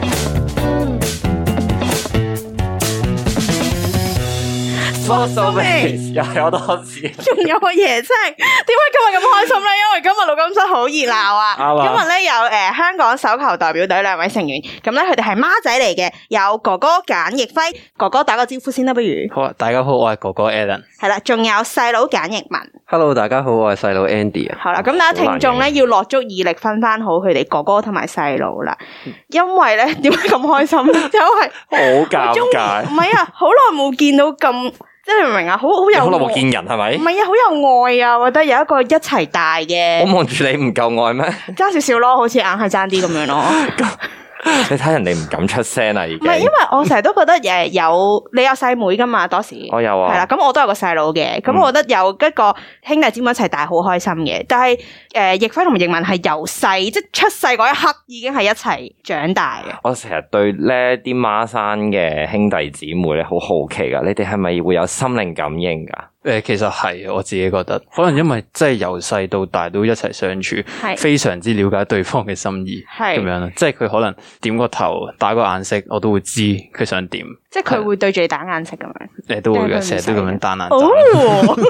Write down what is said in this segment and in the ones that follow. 啊我蘇眉又係我啊多士，仲有個椰青，點解今日咁開心咧？因為今日錄音室好熱鬧啊！啱啊今日咧有誒、呃香港手球代表隊兩位成員，咁咧佢哋係孖仔嚟嘅，有哥哥簡奕輝，哥哥打個招呼先啦，不如好啊！大家好，我係哥哥 Alan。係啦，仲有細佬簡奕文， Hello，大家好，我係細佬 Andy 啊。好啦，咁大家聽眾咧要落足意力分翻好佢哋哥哥同埋細佬啦，因為咧 點解咁開心 咧？因為好尷中尬唔，係啊，好耐冇見到咁，即係你明唔明啊？好好有好耐冇見人係唔咪？係啊，好有愛啊！我覺得有一個一齊大嘅。我望住你唔夠愛咩？ 爭少少咯，好似硬係爭啲咁樣 咯。你睇人哋唔敢出聲啦，已唔經。係，因為我成日都覺得誒有你有細妹噶嘛，當時我哦係有啦，啊，咁我都有個細佬嘅，咁嗯我覺得有一個兄弟姊妹一齊大好開心嘅。但係誒，奕輝同埋奕文係由細即係出世嗰一刻已經係一齊長大嘅。我成日對呢啲孖生嘅兄弟姊妹咧好好奇噶，你哋係咪會有心靈感應噶？诶、呃其實係我自己覺得，可能因為真係由細到大都一齊相處，係非常之了解對方嘅心意，係咁樣啦。即係佢可能點個頭、打個眼色，我都會知佢想點，即係佢會對住你打眼色咁樣。你都會嘅，即成係佢唔日都咁樣單眼哦 仔。，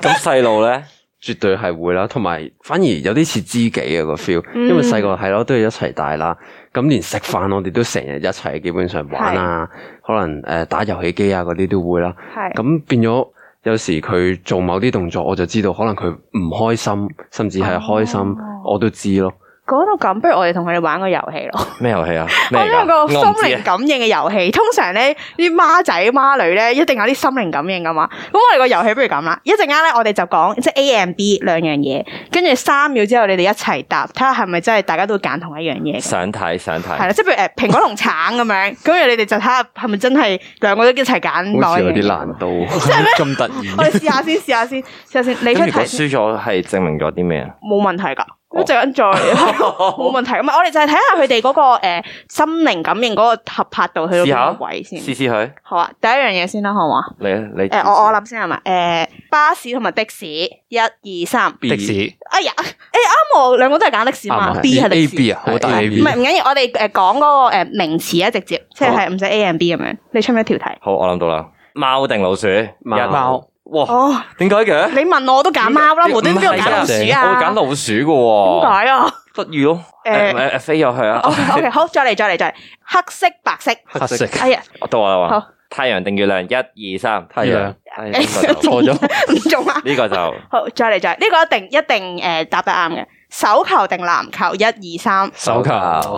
咁細路咧， 絕對係會啦，同埋反而有啲似知己嘅個 feel，嗯因為細個係咯都要一齊大啦，咁連食飯我哋都成日一齊，基本上玩啊，可能诶、呃打遊戲機啊嗰啲都會啦，係咁變咗有時佢做某啲動作，我就知道可能佢唔開心，甚至係開心，哦我都知咯。講到咁，不如我哋同佢哋玩個遊戲咯。咩遊戲 啊？咩我嚟有㗎個我心唔知靈啊。感應嘅遊戲，通常咧啲孖仔孖女咧一定有啲心靈感應噶嘛。咁我哋個遊戲不如咁啦，一陣間咧我哋就講即係 A and B 兩樣嘢，跟住三秒之後你哋一齊答，睇下係咪真係大家都揀同一樣嘢。想睇想係睇啦，，即係譬如誒呃蘋果同橙咁樣，咁你哋就睇下係咪真係兩個都一齊揀某好一似樣有啲嘢。難 度。咁突我哋試然，下先，試下先，試下先。你出咁如果題先輸咗係證明咗啲咩啊？冇問題㗎，咁陣間再冇問題。咁啊我哋就係睇下佢哋嗰個誒心靈感應嗰個合拍度去到邊個位先。試試佢，好啊，第一樣嘢先啦，好唔好啊？你啊你。誒、我我諗先係咪？誒、巴士同埋的士，一二三。 的士哎呀，誒、啱我兩個都係揀的士啱嘛啊，B 係的 A 士。 B 啊，好大 A 唔 B，係唔緊要，我哋誒講嗰個誒名詞啊，直接即係唔使 A and B 咁樣。你出咩條題？好，我諗到啦，貓定老鼠？貓一貓。哇，哦，點解嘅？你問我我都揀貓啦，無端端邊度揀老鼠我會揀啊？老鼠嘅喎，點解啊解？得意咯。誒誒誒飛入去啊！ ？OK OK，好，再嚟再嚟再嚟，黑色白色。黑色哎呀，我到我啦好嘛。太陽定月亮？一二三，太月亮。哎呢 個就錯咗，唔中啊！呢個就好，再嚟再嚟，呢、個一定一定誒、答得啱嘅。手球定籃球？一二三。手球。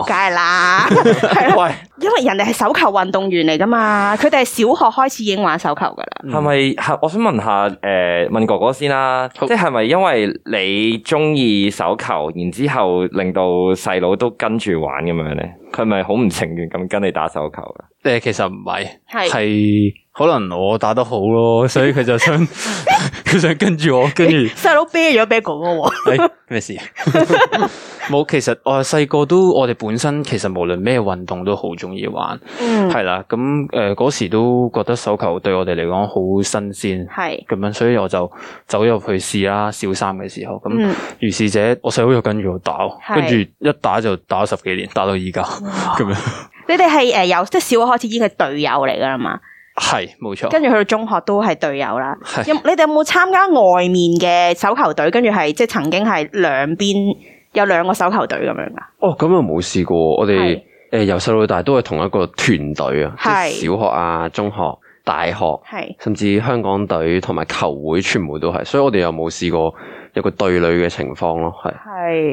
梗係 啦，喂，因為人哋係手球運動員嚟噶嘛，佢哋係小學開始已經玩手球噶啦。係咪係？我想問下誒，問哥哥先啦，即係咪因為你中意手球，然之後令到細佬都跟住玩咁樣咧？佢咪好唔情願咁跟你打手球啊？诶，呃其實唔係，係係可能我打得好 咯，所以佢就想佢想跟住我，跟 住。細佬啤咗啤哥哥喎，诶，咩 事？冇，其實我細個都，我哋本身其實無論咩運動都好中意玩，嗯，係啦、咁诶嗰時都覺得手球對我哋嚟講好新鮮，係，咁樣，所以我就走入去試啦。小三嘅時候，咁、嗯如是者，我細佬又跟住我打喎，係跟住一打就打咗十幾年，打到而家咁樣。你哋係誒由即係小學開始已經係隊友嚟噶啦嘛，係冇錯，跟住去到中學都係隊友啦。係有你哋有冇參加外面嘅手球隊？跟住係即係曾經係兩邊有兩個手球隊咁樣噶？哦，咁又冇試過喎，我係哋誒由細到大都係同一個團隊啊，即係係小學啊、中學、大學。係，甚至香港隊同埋球會全部都係，所以我哋又冇試過有個對壘嘅情況咯，係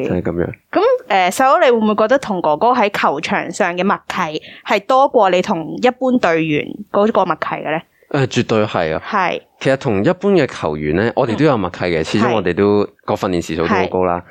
係就。係咁樣。咁誒，細佬、你會唔會覺得同哥哥喺球場上嘅默契係多過你同一般隊員嗰個默契嘅咧？誒、絕對係啊！係其實同一般嘅球員咧，我哋都有默契嘅，始嗯係終我哋都個訓練時數都好高啦。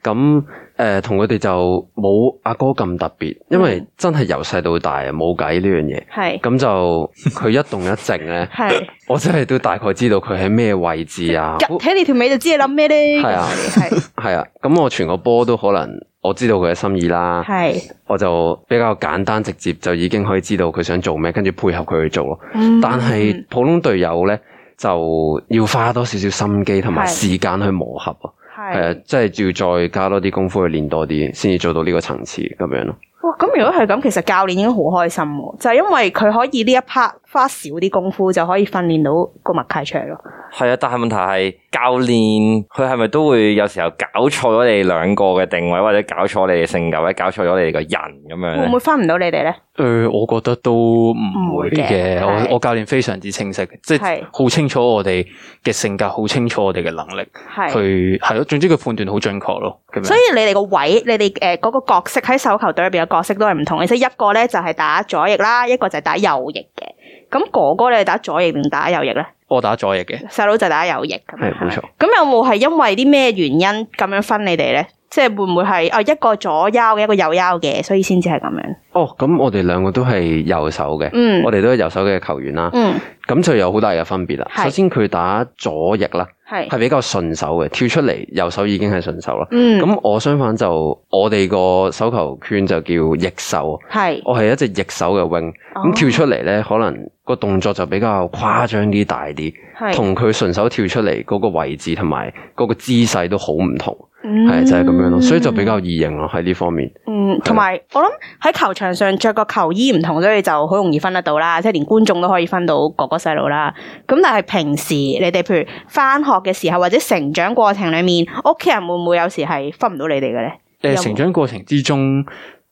咁呃誒，同佢哋就冇阿哥咁特別，因為嗯真係由細到大啊，冇計呢樣嘢。係咁 就佢一動一靜咧，係， 我真係都大概知道佢喺咩位置啊。趌起你條尾就知你諗咩咧。係啊係係啊，咁我全個波都可能我知道佢嘅心意啦。係，我就比較簡單直接，就已經可以知道佢想做咩，跟住配合佢去做咯。嗯 但係普通隊友咧，就要花多少少心機同埋係時間去磨合啊。係啊係。，即係要再加多啲功夫去練多啲，先至做到呢個層次咁樣咯。不哇！咁如果係咁，其實教練已經好開心喎，就係因為佢可以呢一 part 花少啲功夫，就可以訓練到個默契出嚟咯。系啊，但系問題係教練佢係咪都會有時候搞錯咗你哋兩個嘅定位，或者搞錯你哋性格，或者搞錯咗你哋個人咁樣會唔咧？會分唔到你哋咧？诶、呃我覺得都唔會唔會嘅。嘅係我我教練非常之清晰，即係係好清楚我哋嘅性格，好清楚我哋嘅能力，係。去係咯。總之佢判斷好準確咯。咁所樣以你哋個位，你哋誒嗰個角色喺手球隊入邊嘅角色都係唔同嘅，即係一個咧就係打左翼啦，一個就係打右翼嘅。咁哥哥你係打左翼定打右翼咧？我打左翼嘅，細佬就打右翼咁係樣。冇錯。咁有冇係因為啲咩原因咁樣分你哋咧？即係會唔會係啊一個左腰嘅，一個右腰嘅，所以先至係咁樣？哦，咁我哋兩個都係右手嘅，嗯我哋都係右手嘅球員啦，嗯，咁就有好大嘅分別啦。係首先佢打左翼啦，係，係比較順手嘅，跳出嚟右手已經係順手啦。嗯，咁我相反就我哋個手球圈就叫翼手，係，我係一隻翼手嘅 wing，哦咁跳出嚟咧，可能個動作就比較誇張啲、大啲，係同佢順手跳出嚟嗰個位置同埋嗰個姿勢都好唔同，係係就係咁樣咯，所以就比較啊易認咯喺呢方面。嗯，同埋我諗喺球場上着個球衣唔同，所以就好容易分得到啦，即係連觀眾都可以分到哥哥細佬啦。咁但係平時你哋譬如翻學嘅時候或者成長過程裡面，屋企人會唔會有時係分唔到你哋嘅咧？诶、有冇成長過程之中，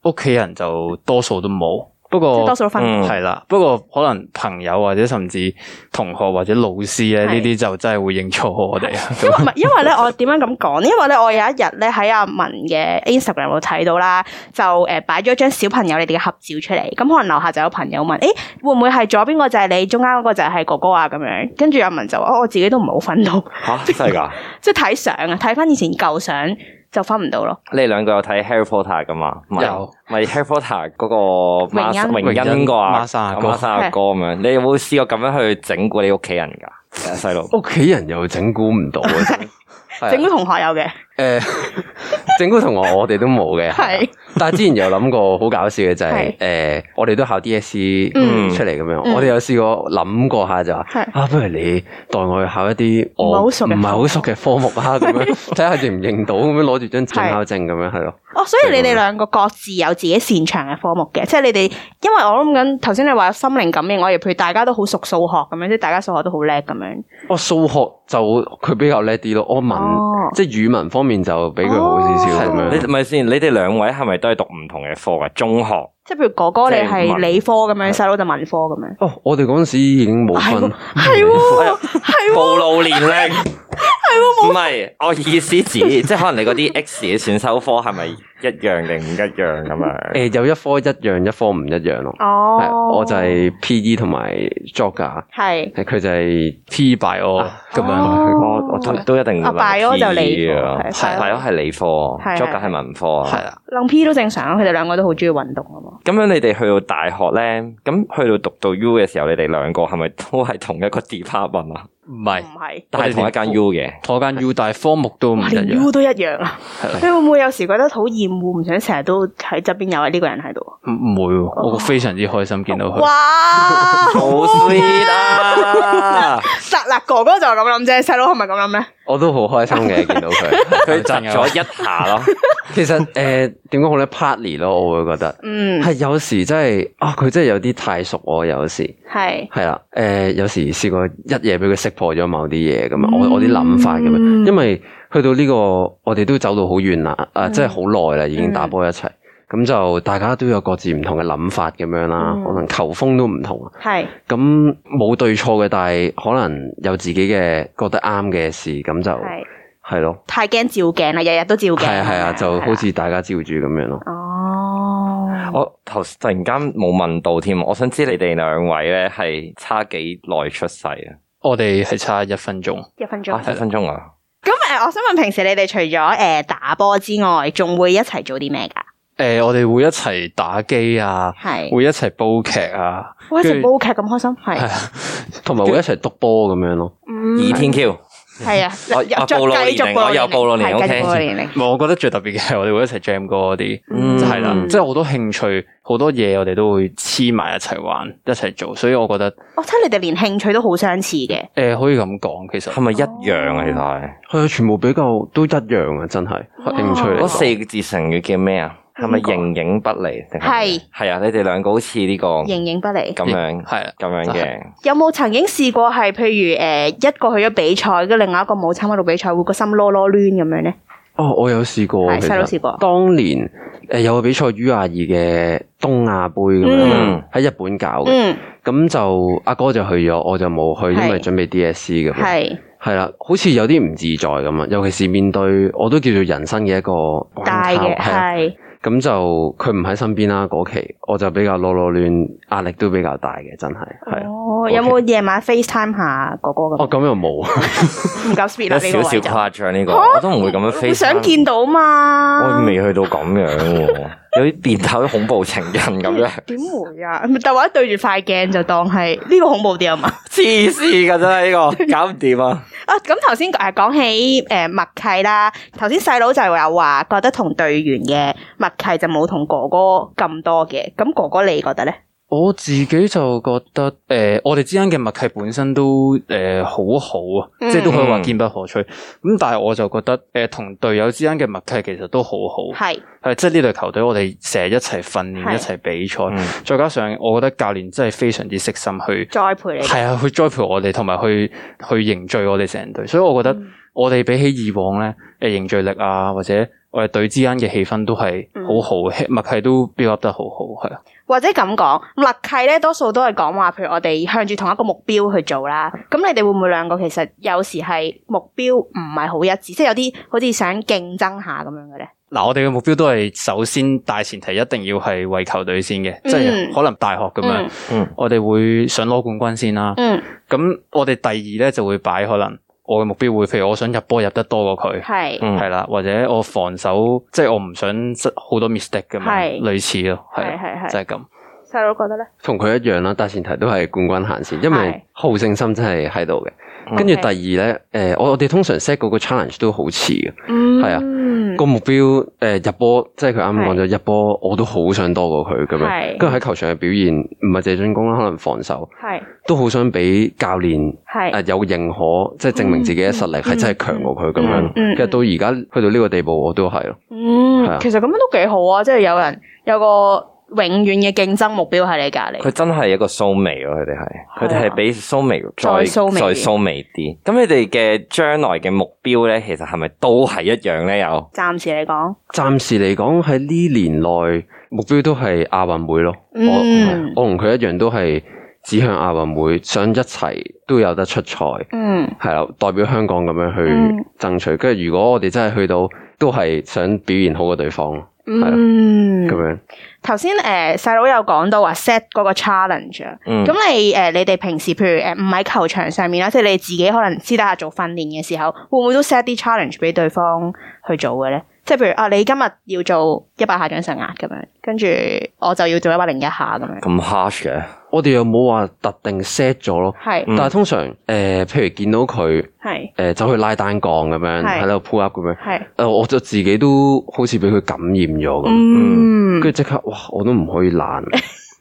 屋企人就多數都冇。不即係過多數都分唔嗯到。係啦，不過可能朋友或者甚至同學或者老師咧，係呢啲就真係會認錯我哋啊。因為唔係，因為咧，我點樣咁講？因為咧，我有一日咧喺阿文嘅 Instagram 度睇到啦，就誒擺咗一張小朋友你哋嘅合照出嚟。咁可能樓下就有朋友問：，誒、會唔會係左邊個就係你，中間嗰個就係哥哥啊？咁樣，跟住阿文就話：，哦，我自己都唔係好分到， 吓真係㗎？即係睇相啊，睇翻以前舊相就分唔到咯。你哋兩個有睇 Harry Potter 噶嘛？咪有咪 Harry Potter 嗰個榮恩馬榮 榮恩恩個啊阿孖生阿哥孖生阿哥咁樣，你有冇試過咁樣去整蠱你屋企人㗎？細路哦屋企人又整蠱唔到嘅，係啊整個同學有嘅，誒呃 整蠱同學我哋都冇嘅，係係啊但係之前有諗過好搞笑嘅就係係誒，我哋都考 DSE 嗯出嚟咁樣，嗯我哋有試過諗過下就話係啊，不如你代我去考一啲唔係我好唔熟嘅係好熟嘅科目啦，咁 樣睇下認唔認到，咁樣攞住張准考證咁樣係咯。哦，所以你哋兩個各自有自己擅長嘅科目嘅，即係你哋，因為我諗緊頭先你話有心靈感應，我亦譬如大家都好熟數學咁樣，即係大家數學都好叻咁樣。我數學就佢比較叻啲咯，我文哦即係語文方面就比佢好少少咁哦你樣。咪先，你哋兩位係咪都係讀唔同嘅科㗎？中學即係譬如哥哥你即係係文理科咁樣，細佬就文科咁樣。哦，我哋嗰陣時已經冇係分喎，。係喎，係喎，暴露年齡。唔係，我意思指， 即係可能你嗰啲 X 嘅選修科係咪一樣定唔一樣咁啊樣？誒有一科一樣，一科唔一樣咯。係啊哦，我就係 P.E. 同埋 Geog 係係佢就係 T by 我咁樣，哦我我都都一定啊會拜諗咗就理 P 科啊係係拜拜咗咗係理科係，Geog 係文科啊係。啦。楞 P 都正常啊，佢哋兩個都好中意運動啊嘛。咁樣你哋去到大學咧，咁去到讀到 U 嘅時候，你哋兩個係咪都係同一個 department 啊？唔係唔係，但係同一間 U 嘅，我間 U，但係科目都唔一哇，連樣。 U 都一樣啊！你會唔會有時覺得好厭惡，唔想成日都喺側邊有呢個人喺度？唔唔會喎，哦我非常之開心見到 佢。哇！好 sweet 啊！實啦，哥哥就係咁諗啫，細佬係咪咁諗咧？我都好開心嘅見到 佢。佢真窒㗎咗一下咯，其實誒點講好咧，partly 咯，我會覺得嗯，係有時真係啊，佢真係有啲太熟我，有時係係啦。誒有時試過一夜俾佢識破咗某啲嘢咁樣，嗯我我啲諗法咁樣，因為去到呢個我哋都走到好遠啦，啊嗯真係好耐啦，已經嗯打波一齊。咁就大家都有各自唔同嘅諗法咁樣啦，嗯可能球風都唔同啊。係咁冇對錯嘅，但係可能有自己嘅覺得啱嘅事，咁就係，係咯，太驚照鏡啦，日日都照鏡。係啊係啊，就好係似大家照住咁樣咯。哦，我頭突然間冇問到添，我想知你哋兩位咧係差幾耐出世啊？我哋係差一分鐘，一分鐘啊，。一分鐘啊！咁誒、呃我想問平時你哋除咗誒、呃打波之外，仲會一齊做啲咩㗎？誒，我哋會一齊打機啊，係，會一齊煲劇啊，哇！一跟齊住煲劇咁開心，係，啊同埋會一齊督波咁樣咯。嗯，啊倚天 Q 係啊，我入我再暴露繼續年齡我又暴露年齡係繼續 OK 暴露年齡，唔係我覺得最特別嘅係我哋會一齊 jam 歌嗰啲，嗯係啦，嗯即係好多興趣，好多嘢我哋都會黐埋一齊玩，一齊做，所以我覺得我睇你哋連興趣都好相似嘅，誒可以咁講，其係實咪一樣啊？其實係係啊，全部比較都一樣啊，真係哇興趣嚟嗰講。哦四個字成語叫咩啊？係咪形影不離？定係系啊，你哋兩個好似呢個咁形影不離。樣係啊咁樣就嘅，有冇曾經試過係譬如诶、誒一個去咗比賽，跟住另外一個冇參加到比賽，會個心囉囉攣咁樣咧？哦，我有試過，係其細佬實試過當年誒有個比賽 U 廿二嘅東亞杯咁樣嗯喺日本搞嘅，嗯，咁就阿哥就去咗，我就冇去，因為係準備 DSE 咁樣。係係啦，好似有啲唔自在咁啊，尤其是面對我都叫做人生嘅一個關大頭嘅，係啊係咁就佢唔喺身邊啦。嗰期我就比較囉囉亂，壓力都比較大嘅，真係係啊。哦，有冇夜晚 FaceTime 下哥哥咁？哦，咁又冇， 唔夠 speed 啦，有呢少個少位就誇張呢個，嚇我都唔會咁樣會飛。想見啊到嘛？我未去到咁樣喎，有啲變態啲恐怖情人咁樣，點會啊？咪但或者對住塊鏡就當係呢個恐怖啲啊嘛？黐線噶真係呢 個，搞唔掂啊！啊，咁頭先誒講起誒默契啦，頭先細佬就有話覺得同隊員嘅默契就冇同哥哥咁多嘅，咁哥哥你覺得咧？我自己就覺得，诶、我哋之間嘅默契本身都诶、誒好好啊，嗯即系都可以話堅不可摧。咁但係我就覺得，诶、同隊友之間嘅默契其實都好好，係係即系呢隊球隊我哋成日一齊訓練、係一齊比賽，嗯再加上我覺得教練真係非常之悉心去，栽培你，係啊，去栽培我哋，同埋去去凝聚我哋成隊。所以我覺嗯得我哋比起以往咧，诶、凝聚力啊，或者我哋隊之間嘅氣氛都係嗯好好，默契都 build up 得好好，係啊，或者咁講默契咧，多數都係講話，譬如我哋向住同一個目標去做啦。咁你哋會唔會兩個其實有時係目標唔係好一致，即係有啲好似想競爭下咁樣嘅咧？嗱，我哋嘅目標都係首先大前提一定要係為球隊先嘅，嗯即係可能大學咁樣，嗯我哋會想攞冠軍先啦。嗯，咁、我哋第二咧就會擺可能我嘅目標會，譬如我想入波入得多過佢，係。嗯係啦，或者我防守即係我唔想失好多 mistake 咁係樣，類似咯，係係係啊係就係咁。細佬覺得咧，同佢一樣啦，但前提都係冠軍行先，因係為好勝心真係喺度嗯嘅。跟住第二咧，誒我我哋通常 set 嗰個 challenge 都好似嘅。嗯係啊啊，個目標誒、入波，即係佢啱啱講係咗入波，我都好想多過佢咁係樣。跟住喺球場嘅表現，唔係淨係進攻啦，可能防守係都好想俾教練誒、係呃有認可，即係證明自己嘅實力係真係強過佢咁嗯嗯嗯樣。跟住到而家去到呢個地步，我都係咯。係嗯啊，其實咁樣都幾好啊，即係有人有個永遠嘅競爭目標喺你隔佢離，真係一個蘇眉咯，佢哋係，佢哋係比蘇眉再再蘇眉再蘇眉啲。咁你哋嘅將來嘅目標咧，其實係咪都係一樣咧？有暫時嚟講，暫時嚟講喺呢年內目標都係亞運會咯。我嗯我同佢一樣都係指向亞運會，想一齊都有得出賽。嗯係啦，代表香港咁樣嗯去爭取。跟住、如果我哋真係去到，都係想表現好過對方咯係啦嗯咁、，樣。頭先誒細佬有講到話 set 嗰個 challenge 啊，嗯咁、你誒、呃你哋平時譬如誒唔喺球場上面啦，即係你自己可能私底下做訓練嘅時候，會唔會都 set 啲 challenge 俾對方去做嘅咧？即係譬如啊，你今日要做一百下掌上壓咁樣，跟住我就要做一百零一下咁樣，咁 harsh 嘅，我哋又冇話特定 set 咗咯，係嗯但係通常誒、呃譬如見到佢誒、係呃走去拉單槓咁樣，係喺度 pull up 咁樣，誒、係，呃我就自己都好似俾佢感染咗咁，嗯跟住即刻哇，我都唔可 以懶，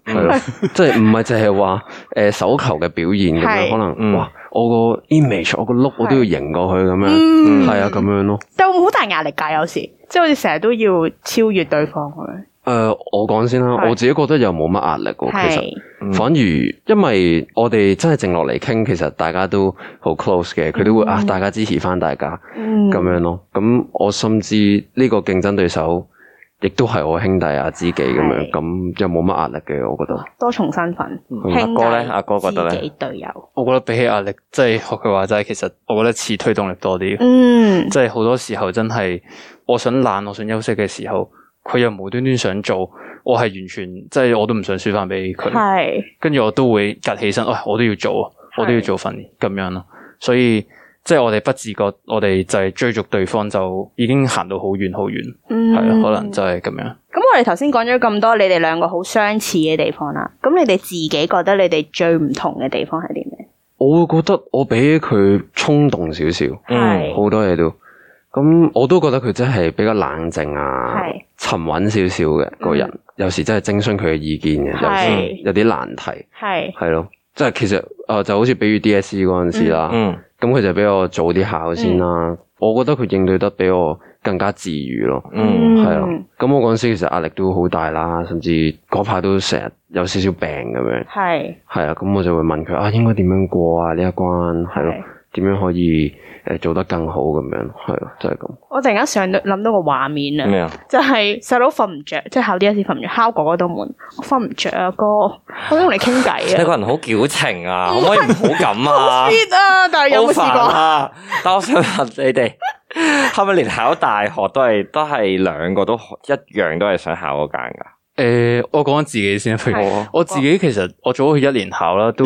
係咯，即係唔係淨係話誒手球嘅表現咁係樣，可能嗯哇，我個 image，我個 look 我都要迎過去咁樣，嗯係啊咁樣咯。但會唔會好大壓力㗎，有時即係好似成日都要超越對方咁樣，誒、呃我講先啦，係我自己覺得又冇乜壓力喎，哦其實。係嗯反而因為我哋真係靜落嚟傾，其實大家都好 close 嘅，佢都會、啊，大家支持翻大家嗯咁樣咯。咁我甚至呢個競爭對手亦都係我兄弟啊、知己咁係樣，咁又冇乜壓力嘅，我覺得。多重身份，阿兄弟哥咧，阿哥覺得自咧，己隊友，我覺得比起壓力，即係學佢話齋，其實我覺得似推動力多啲。嗯即係好多時候真係我想懶，我想休息嘅時候，佢又無端端想做，我係完全即係我都唔想輸翻俾佢，係。跟住我都會趌起身，喂、我都要做啊，係我都要做訓練咁樣咯。所以即係我哋不自覺，我哋就係追逐對方，就已經行到好遠好遠，嗯，係咯，可能就係咁樣。咁我哋頭先講咗咁多，你哋兩個好相似嘅地方啦。咁你哋自己覺得你哋最唔同嘅地方係啲咩？我會覺得我比佢衝動少少，嗯係好多嘢都。咁我都覺得佢真係比較冷靜啊係，嗯沉穩少少嘅個人，有時真係徵詢佢嘅意見嘅，有係時有啲難題。係係咯，即係其實诶、呃就好似比如 DSE 嗰阵时啦，嗯嗯咁佢、就俾我早啲考先啦。我覺得佢應對得比我更加治愈咯。嗯，係啦，咁我嗰阵时其實壓力都好大啦，甚至嗰排都成日有少少病咁樣，系係啊，咁我就會問佢啊，應該點樣過啊呢一關，係咯，點樣可以诶做得更好咁樣，係咯，就係咁。我突然間想到諗到個畫面啊，咩啊？就係細佬瞓唔着，即係考 D S 瞓唔着，敲哥哥道門，我瞓唔着啊哥，我想同你傾偈 你啊個人好矯情 啊，可唔可以唔好咁啊？ ，fit 啊，但係有冇 試好煩過？啊？但我想問你哋，係咪連考大學都係都係兩個都一樣都係想考嗰間噶？诶、呃我講自己先，譬如係我自哦己其實我早去一年考啦，都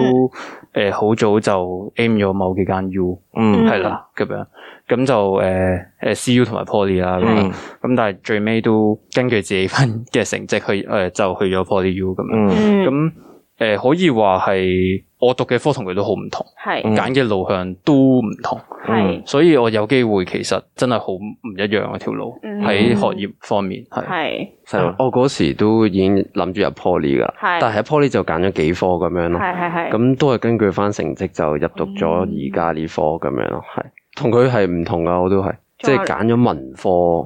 诶好、早就 aim 咗某幾間 U 嗯係啦咁樣，咁就呃诶诶 CU 同埋 Poly 啦咁樣，嗯咁但係最尾都根據自己分嘅成績去 诶、誒就去咗 Poly U 咁樣，嗯嗯，咁诶、誒可以話係我讀嘅科同佢都好唔同，係嗯揀嘅路向都唔同，係所以我有機會其實真係好唔一樣啊條路嗯喺學業方面係。係啊細佬啊我嗰時都已經諗住入 poly 噶，係但係喺 poly 就揀咗幾科咁樣咯，係嗯係係，咁都係根據翻成績就入讀咗而家呢科咁樣咯，係同佢係唔同噶，我都係即仲有係揀咗文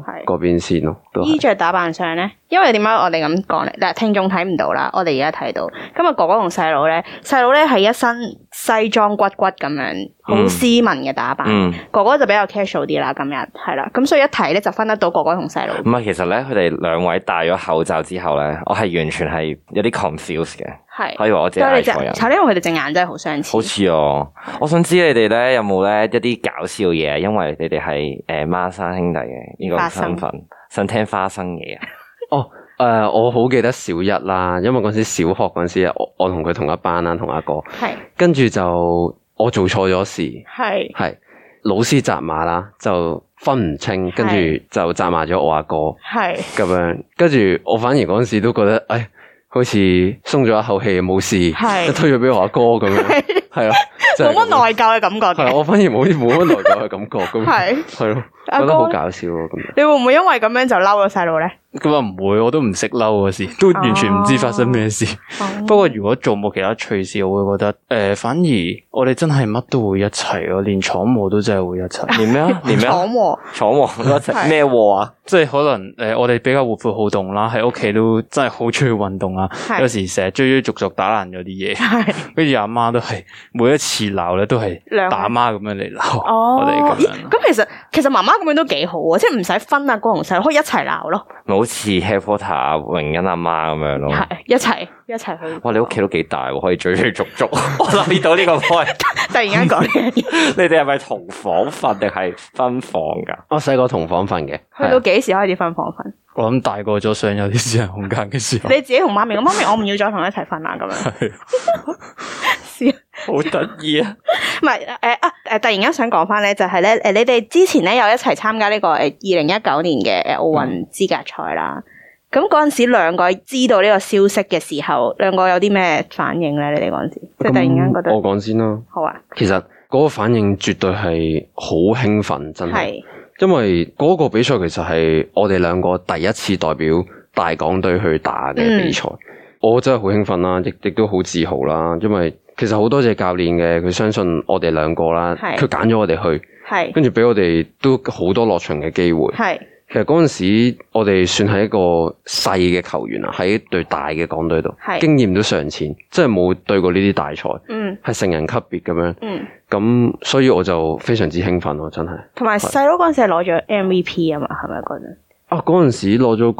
係科嗰邊先咯，都衣係着打扮上咧，因為點解我哋咁講咧？嗱，聽眾睇唔到啦，我哋而家睇到。今日哥哥同細佬咧，細佬咧係一身西裝骨骨咁樣，好嗯斯文嘅打扮。嗯，哥哥就比較 casual 啲啦，今日係啦，咁所以一睇咧就分得到哥哥同細佬。唔啊係，其實咧，佢哋兩位戴咗口罩之後咧，我係完全係有啲 confused 嘅，係，可以話我自己但嗌係你隻錯人。係因為佢哋隻眼真係好相似啊好。似哦，我想知你哋咧有冇咧一啲搞笑嘢，因為你哋係诶孖生兄弟嘅呢花個生身份，想聽花生嘢 啊？哦。誒、我好記得小一啦，因為嗰陣時小學嗰陣時，我我同佢同一班啦，同阿哥，係跟住就我做錯咗事，係係老師責罵啦，就分唔清，跟住係就責罵咗我阿哥係咁樣，跟住我反而嗰陣時都覺得，唉，好似鬆咗一口氣，冇事，係就推咗俾我阿哥咁樣，係啊，就係冇乜咁樣，內疚嘅感覺係啊嘅。我反而冇冇乜內疚嘅感覺咁樣，係係咯，阿覺得好哥呢搞笑咯咁樣。你會唔會因為咁樣就嬲咗細佬咧？咁啊唔會，我都唔識嬲嗰時，哦都完全唔知發生咩事。不過如果做冇其他趣事，我會覺得诶、呃反而我哋真係乜都會一齊咯，連闖禍都真係會一 齊。連咩啊？連咩啊闖？禍闖禍一係齊咩禍啊？即係可能诶、呃我哋比較活潑好動啦，喺屋企都真係好中意運動啊。係有時成日追追逐逐打爛咗啲 嘢，係跟住阿媽都係每一次鬧咧都係兩打媽咁樣嚟鬧哦，我哋咁咦樣。啊咁其實其實媽媽咁樣都幾好啊，即係唔使分啊，哥同細佬可以一齊鬧咯，咪好似 Harry Potter 阿榮恩阿媽咁樣咯。係一齊一齊去。啊哇！你屋企都幾大喎，可以追追逐逐。 我留意到呢個 point， 突然間講呢樣嘢，你哋係咪同房瞓定係分房㗎？我細個同房瞓嘅，啊去到幾時開始分房瞓？我諗大個咗想有啲私人空間嘅時候，你自己同媽咪講，媽咪我唔要再同你一齊瞓啦，咁樣。 是啊好得意啊！唔係誒啊誒！突然間想講翻咧，就係咧誒，你哋之前咧有一齊參加呢個誒二零一九年嘅誒奧嗯運資格賽啦。咁嗰陣時兩個知道呢個消息嘅時候，兩個有啲咩反應咧？你哋嗰陣時即係突然間覺咁我得講先啦。好啊，其實嗰個反應絕對係好興奮，真係，係因為嗰個比賽其實係我哋兩個第一次代表大港隊去打嗯嘅比賽，我真係好興奮啦，亦亦都好自豪啦，因為其實好多謝教練嘅，佢相信我哋兩個啦，係佢揀咗我哋去，係跟住俾我哋都好多落場嘅機會。係其實嗰陣時我哋算係一個細嘅球員啊，喺對大嘅港隊度係，經驗都尚淺，真係冇對過呢啲大賽，嗯係成人級別咁樣。嗯，咁所以我就非常之興奮咯，真係。同埋細佬嗰陣時係攞咗 MVP 啊嘛，係咪嗰陣？啊，嗰陣時攞咗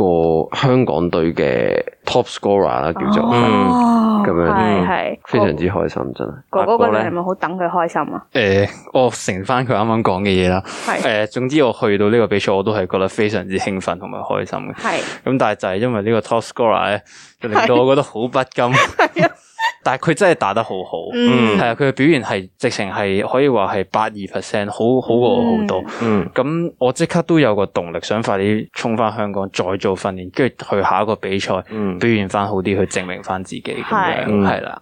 個香港隊嘅 top scorer 啦，叫做，哦咁樣嗯係係非常之開心，真係。哥哥阿哥嗰陣呢係咪好等佢開心啊？诶、呃我承翻佢啱啱講嘅嘢啦。係诶、總之我去到呢個比賽，我都係覺得非常之興奮同埋開心嘅。係咁但係就係因為呢個 top scorer 咧，就令到我覺得好不甘。但係佢真係打得好好，嗯係啊，佢嘅表現係直情係可以話係八二 percent，好好過我好多。嗯咁我即刻都有個動力，想快啲衝翻香港再做訓練，跟住去下一個比賽嗯表現翻好啲，去證明翻自己咁係樣，係啦。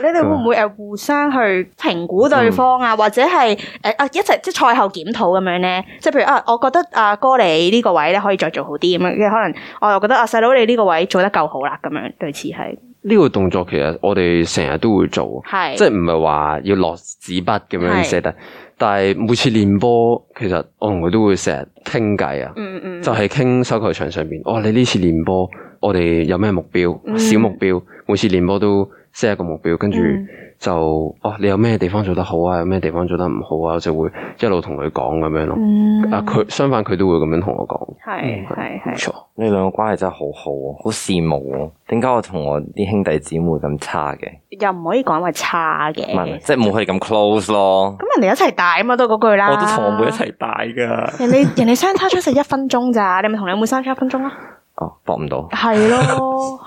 你哋會唔會誒呃互相去評估對方嗯啊，或者係誒啊一齊即係賽後檢討咁樣咧？即係譬如啊，我覺得啊哥你呢個位咧可以再做好啲咁樣，跟住可能我又覺得啊細佬你呢個位做得夠好啦咁樣，類似係呢個動作其實我哋成日都會做，係即係唔係話要落紙筆咁樣係寫得，但係每次練波，其實我同佢都會成日傾偈啊，嗯嗯，就係傾手球場上邊。哦，你呢次練波，我哋有咩目標？嗯小目標，每次練波都 set 一個目標，跟住嗯就哦，你有咩地方做得好啊？有咩地方做得唔好啊？我就會一路同佢講咁樣咯。嗯啊，佢相反佢都會咁樣同我講。嗯係係冇係，錯，你兩個關係真係好好喎，好羨慕喎。點解我同我啲兄弟姊妹咁差嘅？又唔可以講話差嘅，唔係，即係冇佢哋咁 close 咯。咁人哋一齊大啊嘛，都嗰句啦。我都同我妹一。齊大㗎。人哋人哋相差出世一分鐘咋，你咪同你妹相差一分鐘啦。哦，搏唔到。係咯，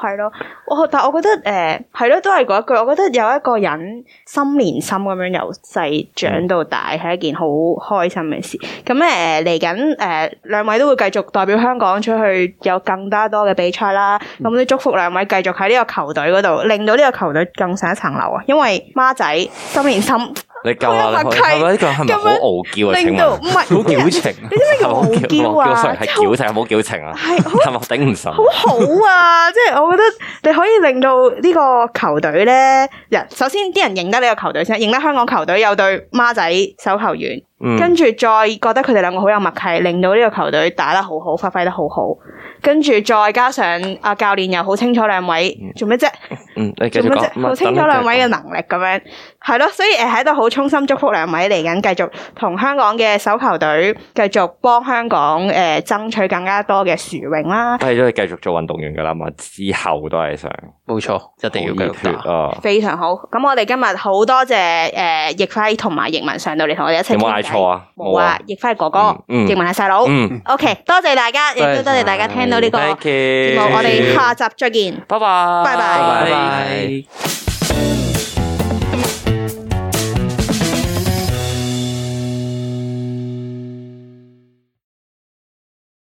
係咯，我但係我覺得誒係咯，都係嗰一句，我覺得有一個人心連心咁樣由細長到大係一件好開心嘅事。咁誒嚟緊誒兩位都會繼續代表香港出去有更加多嘅比賽啦。咁都祝福兩位繼續喺呢個球隊嗰度，令到呢個球隊更上一層樓啊！因為孖仔心連心，你夠啦，好有默你契係咪呢個係咪好咁樣傲嬌啊？請令到問唔係好矯情，啊你知唔知叫傲嬌啊？ sorry，係矯情，係冇矯情啊？係好係咪我頂唔順？好好啊！ 即係我覺得你可以令到呢個球隊咧，人首先啲人認得呢個球隊先，認得香港球隊有對孖仔手球員，嗯跟住再覺得佢哋兩個好有默契，令到呢個球隊打得好好，發揮得好好。跟住再加上阿教練又好清楚兩位做咩啫，嗯，你繼做續咩講。啫，乜好清楚等你兩位啊繼嘅續能力咁樣，係咯。所以誒喺度好衷心祝福兩位嚟緊繼續同香港嘅手球隊繼續幫香港誒、呃、爭取更加多嘅殊榮啦。講，哎係都係繼續做運動員㗎啦嘛，之後都係想冇錯，一定要好熱繼續血打。啊！非常好，咁我哋今日好多謝诶奕輝同埋奕文上到嚟同我哋一齊。有冇嗌錯？啊？冇啊，，奕輝係哥哥，嗯嗯奕文係細佬。嗯 OK，多謝大家，亦多謝都多謝大家聽到呢個，thank you，節目，我哋下集再見。拜拜，拜拜拜拜。